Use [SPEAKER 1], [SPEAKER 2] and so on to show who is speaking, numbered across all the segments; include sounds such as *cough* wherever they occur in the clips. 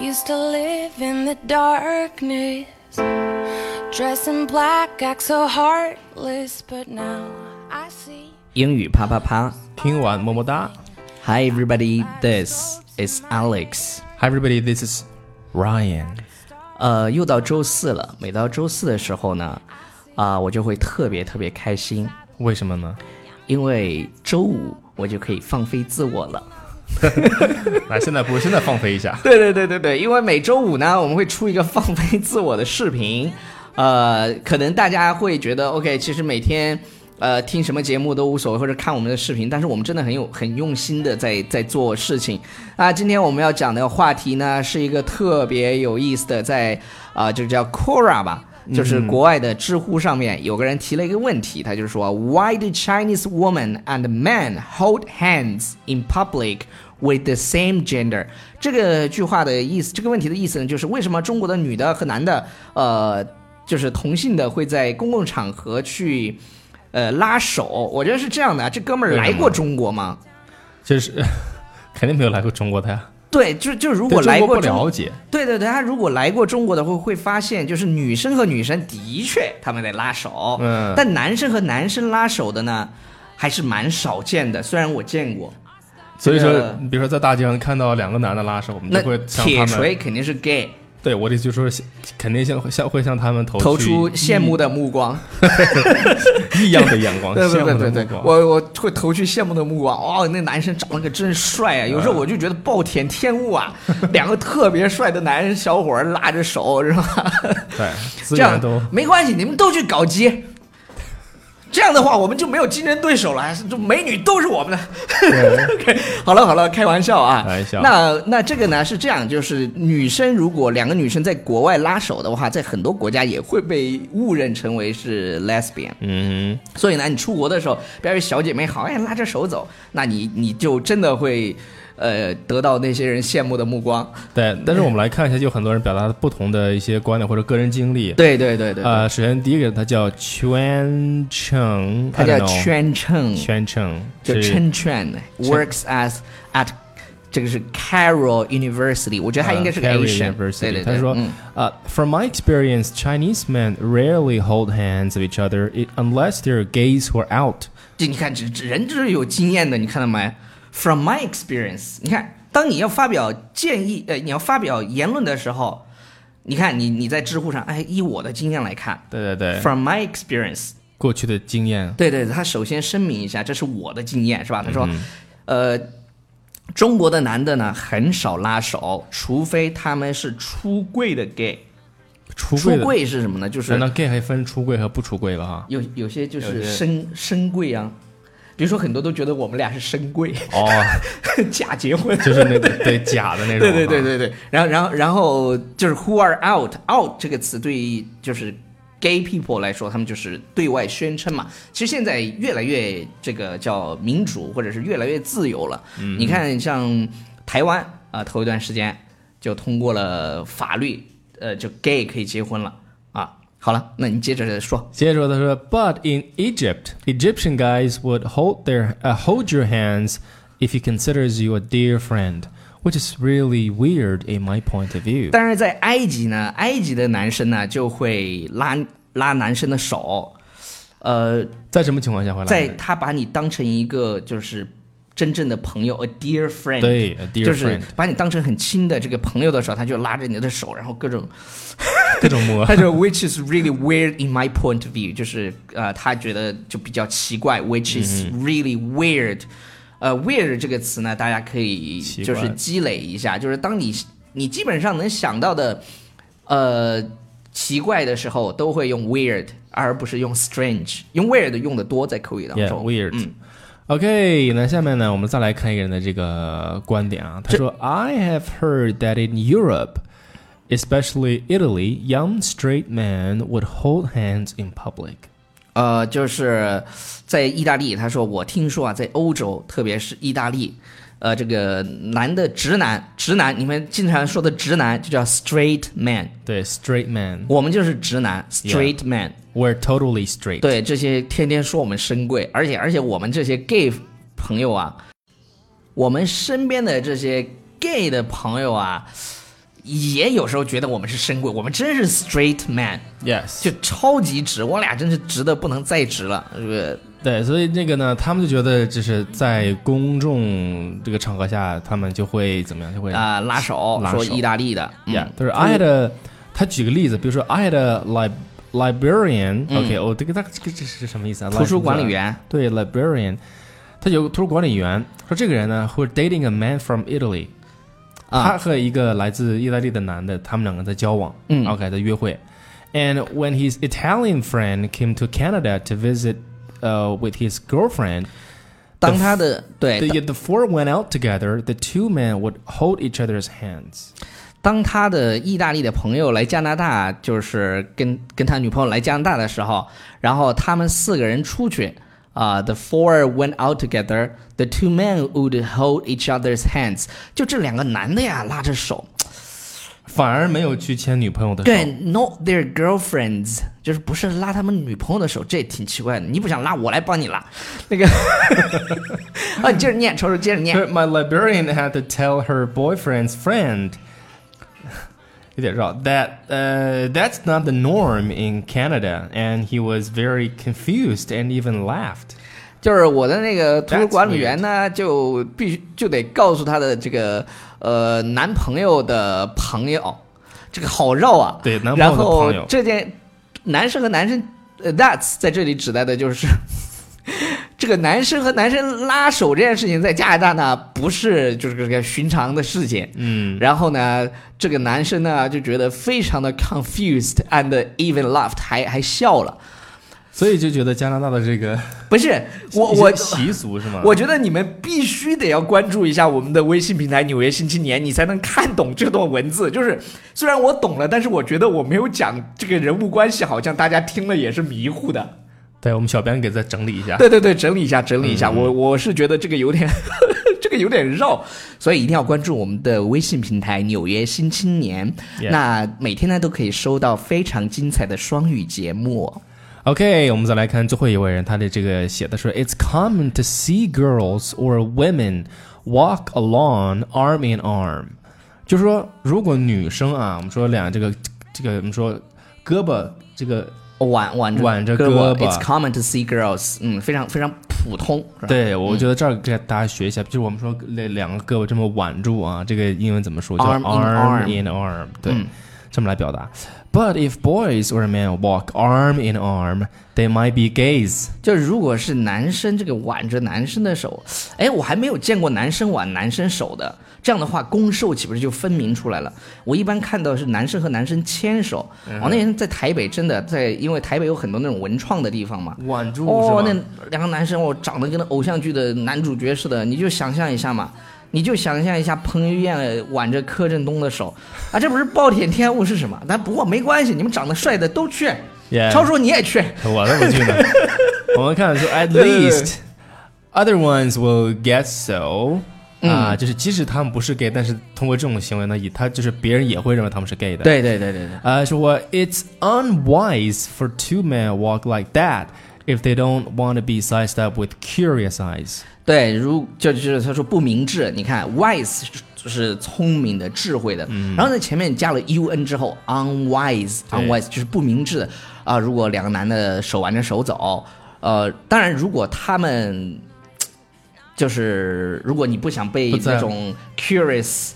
[SPEAKER 1] Used to live in the darkness, dressed in black, act so heartless, but now I see.
[SPEAKER 2] 英语啪啪啪
[SPEAKER 3] 听完么么哒。
[SPEAKER 2] ！Hi everybody, this is Alex。
[SPEAKER 3] Hi everybody, this is Ryan。
[SPEAKER 2] 呃，又到周四了，每到周四的时候呢，啊、我就会特别特别开心，
[SPEAKER 3] 为什么呢？
[SPEAKER 2] 因为周五我就可以放飞自我了。。
[SPEAKER 3] 来，现在不是现在放飞一下
[SPEAKER 2] 对对对对对，因为每周五呢，我们会出一个放飞自我的视频。呃，可能大家会觉得，OK，其实每天呃听什么节目都无所谓，或者看我们的视频，但是我们真的很有很用心的在在做事情。啊，今天我们要讲的话题呢，是一个特别有意思的，在啊、就叫 Quora 吧。就是国外的知乎上面有个人提了一个问题，他就说，Why do Chinese women and men hold hands in public with the same gender？这个句话的意思，这个问题的意思呢，就是为什么中国的女的和男的，呃，就是同性的会在公共场合去，呃，拉手？我觉得是这样的啊，这哥们儿
[SPEAKER 3] 为什么
[SPEAKER 2] 来过中国吗？
[SPEAKER 3] 这是肯定没有来过中国的啊呀，
[SPEAKER 2] 对，就就如
[SPEAKER 3] 如
[SPEAKER 2] 果来过
[SPEAKER 3] 不
[SPEAKER 2] 中
[SPEAKER 3] 了解，
[SPEAKER 2] 对对对，他如果来过中国的话，会发现就是女生和女生的确他们得拉手，
[SPEAKER 3] 嗯
[SPEAKER 2] 但男生和男生拉手的呢，还是蛮少见的。虽然我见过，
[SPEAKER 3] 所以
[SPEAKER 2] 这
[SPEAKER 3] 说
[SPEAKER 2] 个，
[SPEAKER 3] 你比如说在大街上看到两个男的拉手，我们
[SPEAKER 2] 那
[SPEAKER 3] 就会向
[SPEAKER 2] 铁
[SPEAKER 3] 他们，
[SPEAKER 2] 锤肯定是 gay，
[SPEAKER 3] 对我的就说是肯定向向会向他们投
[SPEAKER 2] 投
[SPEAKER 3] 去
[SPEAKER 2] 出羡慕的目光。
[SPEAKER 3] 异样的眼
[SPEAKER 2] *laughs*
[SPEAKER 3] 光，
[SPEAKER 2] 对对
[SPEAKER 3] 哦羡慕
[SPEAKER 2] 对对
[SPEAKER 3] 的目
[SPEAKER 2] 对，
[SPEAKER 3] 光。
[SPEAKER 2] 我我会投去羡慕的目光。哦，那男生长得可真帅
[SPEAKER 3] 嗯
[SPEAKER 2] 啊！有时候我就觉得暴殄天物啊，两个特别帅的男人小伙儿拉着手是吧？
[SPEAKER 3] 对，资
[SPEAKER 2] 这样
[SPEAKER 3] 源都
[SPEAKER 2] 没关系，你们都去搞基。这样的话，我们就没有竞争对手了，就美女都是我们的。OK，好 *laughs* 了好了，开玩笑啊，
[SPEAKER 3] 开玩笑
[SPEAKER 2] 那那这个呢是这样，就是女生如果两个女生在国外拉手的话，在很多国家也会被误认成为是 lesbian。
[SPEAKER 3] 嗯，
[SPEAKER 2] 所以呢，你出国的时候，别人小姐妹好，哎，拉着手走，那你你就真的会，呃，得到那些人羡慕的目光。
[SPEAKER 3] 对。但是我们来看一下，就很多人表达不同的一些观点或者个人经历。
[SPEAKER 2] 对对对对，
[SPEAKER 3] 呃，首先第一个他叫全程，
[SPEAKER 2] 他叫圈称，
[SPEAKER 3] 全程，
[SPEAKER 2] 就是称圈，works as at 这个是 Carroll University，我觉得他应该是个
[SPEAKER 3] Carey
[SPEAKER 2] Asian，对
[SPEAKER 3] 啊 University，
[SPEAKER 2] 对
[SPEAKER 3] 他
[SPEAKER 2] 对，
[SPEAKER 3] 说
[SPEAKER 2] 嗯，
[SPEAKER 3] 呃，From my experience, Chinese men rarely hold hands with each other i- unless their gays were out。
[SPEAKER 2] 这你看，这这人就是有经验的，你看到没？From my experience，你看，当你要发表建议，呃，你要发表言论的时候，你看你你在知乎上，哎，依我的经验来看。
[SPEAKER 3] 对对对，
[SPEAKER 2] From my experience，
[SPEAKER 3] 过去的经验，
[SPEAKER 2] 对对，他首先声明一下，这是我的经验，是吧？他
[SPEAKER 3] 嗯
[SPEAKER 2] 说，呃，中国的男的呢很少拉手，除非他们是出柜的 gay。
[SPEAKER 3] 出
[SPEAKER 2] 出
[SPEAKER 3] 柜的，
[SPEAKER 2] 柜是什么呢？就是。
[SPEAKER 3] 那 gay 还分出柜和不出柜了哈
[SPEAKER 2] 有有些就
[SPEAKER 3] 有
[SPEAKER 2] 是
[SPEAKER 3] 些
[SPEAKER 2] 深深柜啊，比如说很多都觉得我们俩是深柜，
[SPEAKER 3] 哦，
[SPEAKER 2] *laughs* 假结婚。
[SPEAKER 3] 就是那个对假的那种。
[SPEAKER 2] 对对对。对对，然后然后然后就是 who are out out 这个词对于就是 gay people 来说，他们就是对外宣称嘛。其实现在越来越这个叫民主，或者是越来越自由了。
[SPEAKER 3] 嗯
[SPEAKER 2] 你看像台湾啊、头一段时间就通过了法律，呃，就 gay 可以结婚了啊。好了，那你接着说。
[SPEAKER 3] 接着他说，But in Egypt, Egyptian guys would hold their、uh, hold your hands if he considers you a dear friend, which is really weird in my point of view。
[SPEAKER 2] 但是在埃及呢，埃及的男生呢就会拉拉男生的手，呃，
[SPEAKER 3] 在什么情况下会来？
[SPEAKER 2] 在他把你当成一个就是真正的朋友，a dear friend，
[SPEAKER 3] 对，a dear
[SPEAKER 2] 就是
[SPEAKER 3] friend
[SPEAKER 2] 把你当成很亲的这个朋友的时候，他就拉着你的手，然后各种，
[SPEAKER 3] 各种摸。
[SPEAKER 2] 他就 which is really weird in my point of view，就是呃，他觉得就比较奇怪，which is
[SPEAKER 3] 嗯
[SPEAKER 2] really weird，、呃，weird 这个词呢，大家可以
[SPEAKER 3] 奇
[SPEAKER 2] 就是
[SPEAKER 3] 怪
[SPEAKER 2] 积累一下，就是当你你基本上能想到的，呃。奇怪的时候都会用 weird，而不是用 strange。用 weird 用的多，在口语当
[SPEAKER 3] Yeah,
[SPEAKER 2] 中。
[SPEAKER 3] weird. OK，那下面呢，我们再来看一个人的这个观点啊。他说：“I have heard that in Europe, especially Italy, young straight men would hold hands in public。
[SPEAKER 2] 呃，就是在意大利，他说我听说啊，在欧洲，特别是意大利，呃，这个男的直男，直男，你们经常说的直男就叫 straight man，
[SPEAKER 3] 对，straight men
[SPEAKER 2] 我们就是直男 straight man。
[SPEAKER 3] were totally straight。
[SPEAKER 2] 对，这些天天说我们深贵，而且而且我们这些 gay 朋友啊，我们身边的这些 gay 的朋友啊，也有时候觉得我们是深贵，我们真是 straight man，
[SPEAKER 3] Yes，
[SPEAKER 2] 就超级直，我俩真是直的不能再直了，这个
[SPEAKER 3] 对，所以那个呢，他们就觉得就是在公众这个场合下，他们就会怎么样，就会
[SPEAKER 2] 啊、拉手
[SPEAKER 3] 拉
[SPEAKER 2] 说
[SPEAKER 3] 手
[SPEAKER 2] 意大利的，嗯
[SPEAKER 3] Yeah，就是 I had a，他举个例子，比如说 I had a lib librarian，OK，、我这个他这个这是什么意思啊？
[SPEAKER 2] 图书管理员，
[SPEAKER 3] 对 librarian，他有个图书管理员，说这个人呢会 dating a man from Italy，、他
[SPEAKER 2] 啊
[SPEAKER 3] 和一个来自意大利的男的，他们两个在交往、
[SPEAKER 2] 嗯
[SPEAKER 3] o k 在约会。And when his Italian friend came to Canada to visit, uh, with his girlfriend,
[SPEAKER 2] 当他的对
[SPEAKER 3] the the four went out together. The two men would hold each other's hands.
[SPEAKER 2] 当他的意大利的朋友来加拿大，就是跟跟他女朋友来加拿大的时候，然后他们四个人出去啊、t h e four went out together. The two men would hold each other's hands. 就这两个男的呀，拉着手，
[SPEAKER 3] 反而没有去牵女朋友的手。
[SPEAKER 2] 对，not their girlfriends，就是不是拉他们女朋友的手，这也挺奇怪的。你不想拉，我来帮你拉。那个 *laughs* 啊，你接着念，瞅瞅，接着念。
[SPEAKER 3] But my librarian had to tell her boyfriend's friend. 有点绕。That uh, that's not the norm in Canada, and he was very confused and even laughed.
[SPEAKER 2] 就是我的那个图书管理员呢，就必须就得告诉她的这个呃男朋友的朋友，这个好绕啊。
[SPEAKER 3] 对男朋友
[SPEAKER 2] 然
[SPEAKER 3] 的
[SPEAKER 2] 后
[SPEAKER 3] 朋友
[SPEAKER 2] 这件男生和男生呃，that's 在这里指代的就是 *laughs* 这个男生和男生拉手这件事情，在加拿大呢不是就是这个寻常的事情。
[SPEAKER 3] 嗯，
[SPEAKER 2] 然后呢，这个男生呢就觉得非常的 confused and even laughed，还还笑了。
[SPEAKER 3] 所以就觉得加拿大的这个
[SPEAKER 2] 不是我我
[SPEAKER 3] 一些习俗是吗？
[SPEAKER 2] 我觉得你们必须得要关注一下我们的微信平台《纽约新青年》，你才能看懂这段文字。就是虽然我懂了，但是我觉得我没有讲这个人物关系，好像大家听了也是迷糊的。
[SPEAKER 3] 对我们小编给再整理一下。
[SPEAKER 2] 对对对，整理一下，整理一下。我我是觉得这个有点， *laughs* 这个有点绕，所以一定要关注我们的微信平台《纽约新青年》。
[SPEAKER 3] Yeah
[SPEAKER 2] 那每天呢都可以收到非常精彩的双语节目。
[SPEAKER 3] OK，我们再来看最后一位人，他的这个写的是：It's common to see girls or women walk along arm in arm，就是说，如果女生啊，我们说俩这个这个我们说胳膊这个
[SPEAKER 2] 挽挽着
[SPEAKER 3] 挽着
[SPEAKER 2] 胳
[SPEAKER 3] 胳膊
[SPEAKER 2] i t s common to see girls，嗯，非常非常普通，是吧？
[SPEAKER 3] 对，我觉得这儿给大家学一下，就是我们说两两个胳膊这么挽住啊，这个英文怎么说？叫
[SPEAKER 2] Arm in
[SPEAKER 3] arm
[SPEAKER 2] arm
[SPEAKER 3] in arm，对，这么来表达。But if boys or men walk arm in arm, they might be gays。
[SPEAKER 2] 就如果是男生这个挽着男生的手，哎，我还没有见过男生挽男生手的。这样的话，攻受岂不是就分明出来了？我一般看到是男生和男生牵手。哦，那天在台北真的在，因为台北有很多那种文创的地方嘛。
[SPEAKER 3] 挽住
[SPEAKER 2] 哦，
[SPEAKER 3] 是
[SPEAKER 2] 那
[SPEAKER 3] 吗？
[SPEAKER 2] 两个男生哦，长得跟那偶像剧的男主角似的，你就想象一下嘛，你就想象一下彭于晏挽着柯震东的手，啊，这不是暴殄天物是什么？但不过没关系，你们长得帅的都去，
[SPEAKER 3] Yeah
[SPEAKER 2] 超叔你也去。
[SPEAKER 3] *laughs* 我才不去
[SPEAKER 2] *laughs*
[SPEAKER 3] 呢。我们看说，at
[SPEAKER 2] 对对对
[SPEAKER 3] least other ones will get so
[SPEAKER 2] 嗯
[SPEAKER 3] 啊，就是即使他们不是 gay，但是通过这种行为呢，以他就是别人也会认为他们是 gay 的。，
[SPEAKER 2] 对对对对对。
[SPEAKER 3] 呃，说 it's unwise for two men walk like that if they don't want to be sized up with curious eyes。
[SPEAKER 2] 对，如就就是他说不明智，你看 wise 就是聪明的、智慧的，然后在前面加了 u n 之后
[SPEAKER 3] 嗯对
[SPEAKER 2] unwise，unwise 就是不明智的啊、如果两个男的手挽着手走，呃，当然如果他们就是如果你不想被
[SPEAKER 3] 不在
[SPEAKER 2] 那种 curious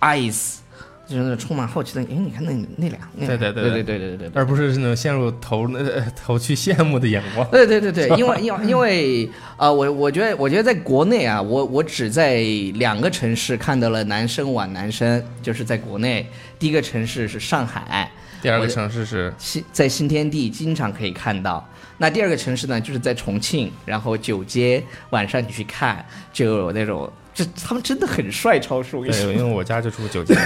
[SPEAKER 2] eyes。就是那种充满好奇的，哎，你看那那俩，那俩对
[SPEAKER 3] 对对对
[SPEAKER 2] 对对对对对
[SPEAKER 3] 而不是那种陷入投呃投去羡慕的眼
[SPEAKER 2] *laughs*
[SPEAKER 3] 光。
[SPEAKER 2] 对对对
[SPEAKER 3] *laughs*
[SPEAKER 2] 对，因为因为因为啊、呃我我觉得我觉得在国内啊，我我只在两个城市看到了男生挽男生，就是在国内，第一个城市是上海，
[SPEAKER 3] 第二个
[SPEAKER 2] 我就
[SPEAKER 3] 城市是
[SPEAKER 2] 新在新天地经常可以看到。那第二个城市呢，就是在重庆，然后九街晚上你去看，就有那种。这他们真的很帅，超叔，我跟你
[SPEAKER 3] 对，
[SPEAKER 2] 说
[SPEAKER 3] 因为我家就住酒店。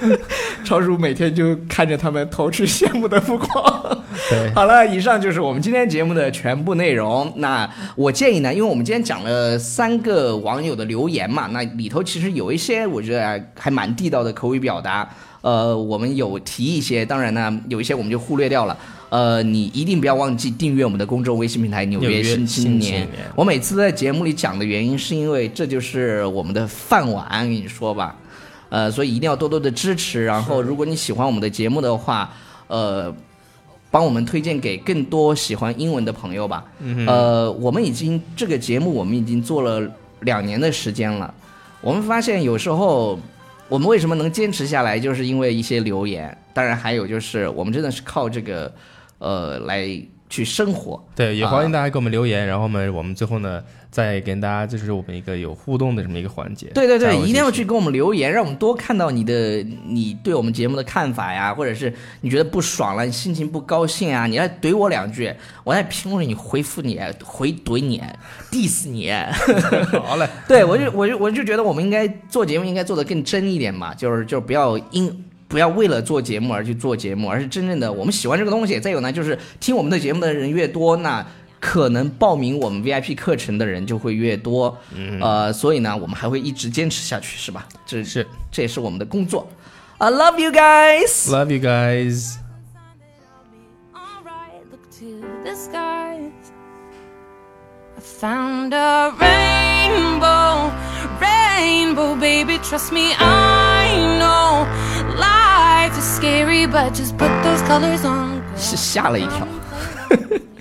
[SPEAKER 2] *laughs* 超叔每天就看着他们投去羡慕的目光。*laughs*
[SPEAKER 3] 对，
[SPEAKER 2] 好了，以上就是我们今天节目的全部内容。那我建议呢，因为我们今天讲了三个网友的留言嘛，那里头其实有一些我觉得还蛮地道的口语表达。呃，我们有提一些，当然呢，有一些我们就忽略掉了。呃，你一定不要忘记订阅我们的公众微信平台《纽
[SPEAKER 3] 纽约
[SPEAKER 2] 约新
[SPEAKER 3] 新
[SPEAKER 2] 青
[SPEAKER 3] 青
[SPEAKER 2] 年》
[SPEAKER 3] 年
[SPEAKER 2] 我每次在节目里讲的原因，是因为这就是我们的饭碗，跟你说吧。呃，所以一定要多多的支持。然后，如果你喜欢我们的节目的话，呃，帮我们推荐给更多喜欢英文的朋友吧。
[SPEAKER 3] 嗯
[SPEAKER 2] 呃，我们已经这个节目我们已经做了两年的时间了，我们发现有时候我们为什么能坚持下来，就是因为一些留言，当然还有就是我们真的是靠这个呃来去生活。
[SPEAKER 3] 对，也
[SPEAKER 2] 啊
[SPEAKER 3] 欢迎大家给我们留言，然后呢，我们最后呢再跟大家，这是我们一个有互动的这么一个环节。
[SPEAKER 2] 对对
[SPEAKER 3] 加
[SPEAKER 2] 对，
[SPEAKER 3] 油
[SPEAKER 2] 一定
[SPEAKER 3] 进
[SPEAKER 2] 要
[SPEAKER 3] 去
[SPEAKER 2] 去给我们留言，让我们多看到你的你对我们节目的看法呀，或者是你觉得不爽了，你心情不高兴啊，你来怼我两句，我在评论里回复你，回怼你，diss 你。
[SPEAKER 3] 好嘞，
[SPEAKER 2] *laughs* 对我就我就我就觉得我们应该做节目应该做的更真一点嘛，就是就是不要因不要为了做节目而去做节目，而是真正的我们喜欢这个东西。再有呢，就是听我们的节目的人越多，那可能报名我们 VIP 课程的人就会越多。呃，所以呢，我们还会一直坚持下去，是吧？这
[SPEAKER 3] 是
[SPEAKER 2] 这也是我们的工作。I love you guys。
[SPEAKER 3] love you guys。
[SPEAKER 1] Alright, look to the skies. I found a rainbow, rainbow, baby. Trust me, I know life is scary, but just put those colors on. girl.
[SPEAKER 2] 吓了一跳。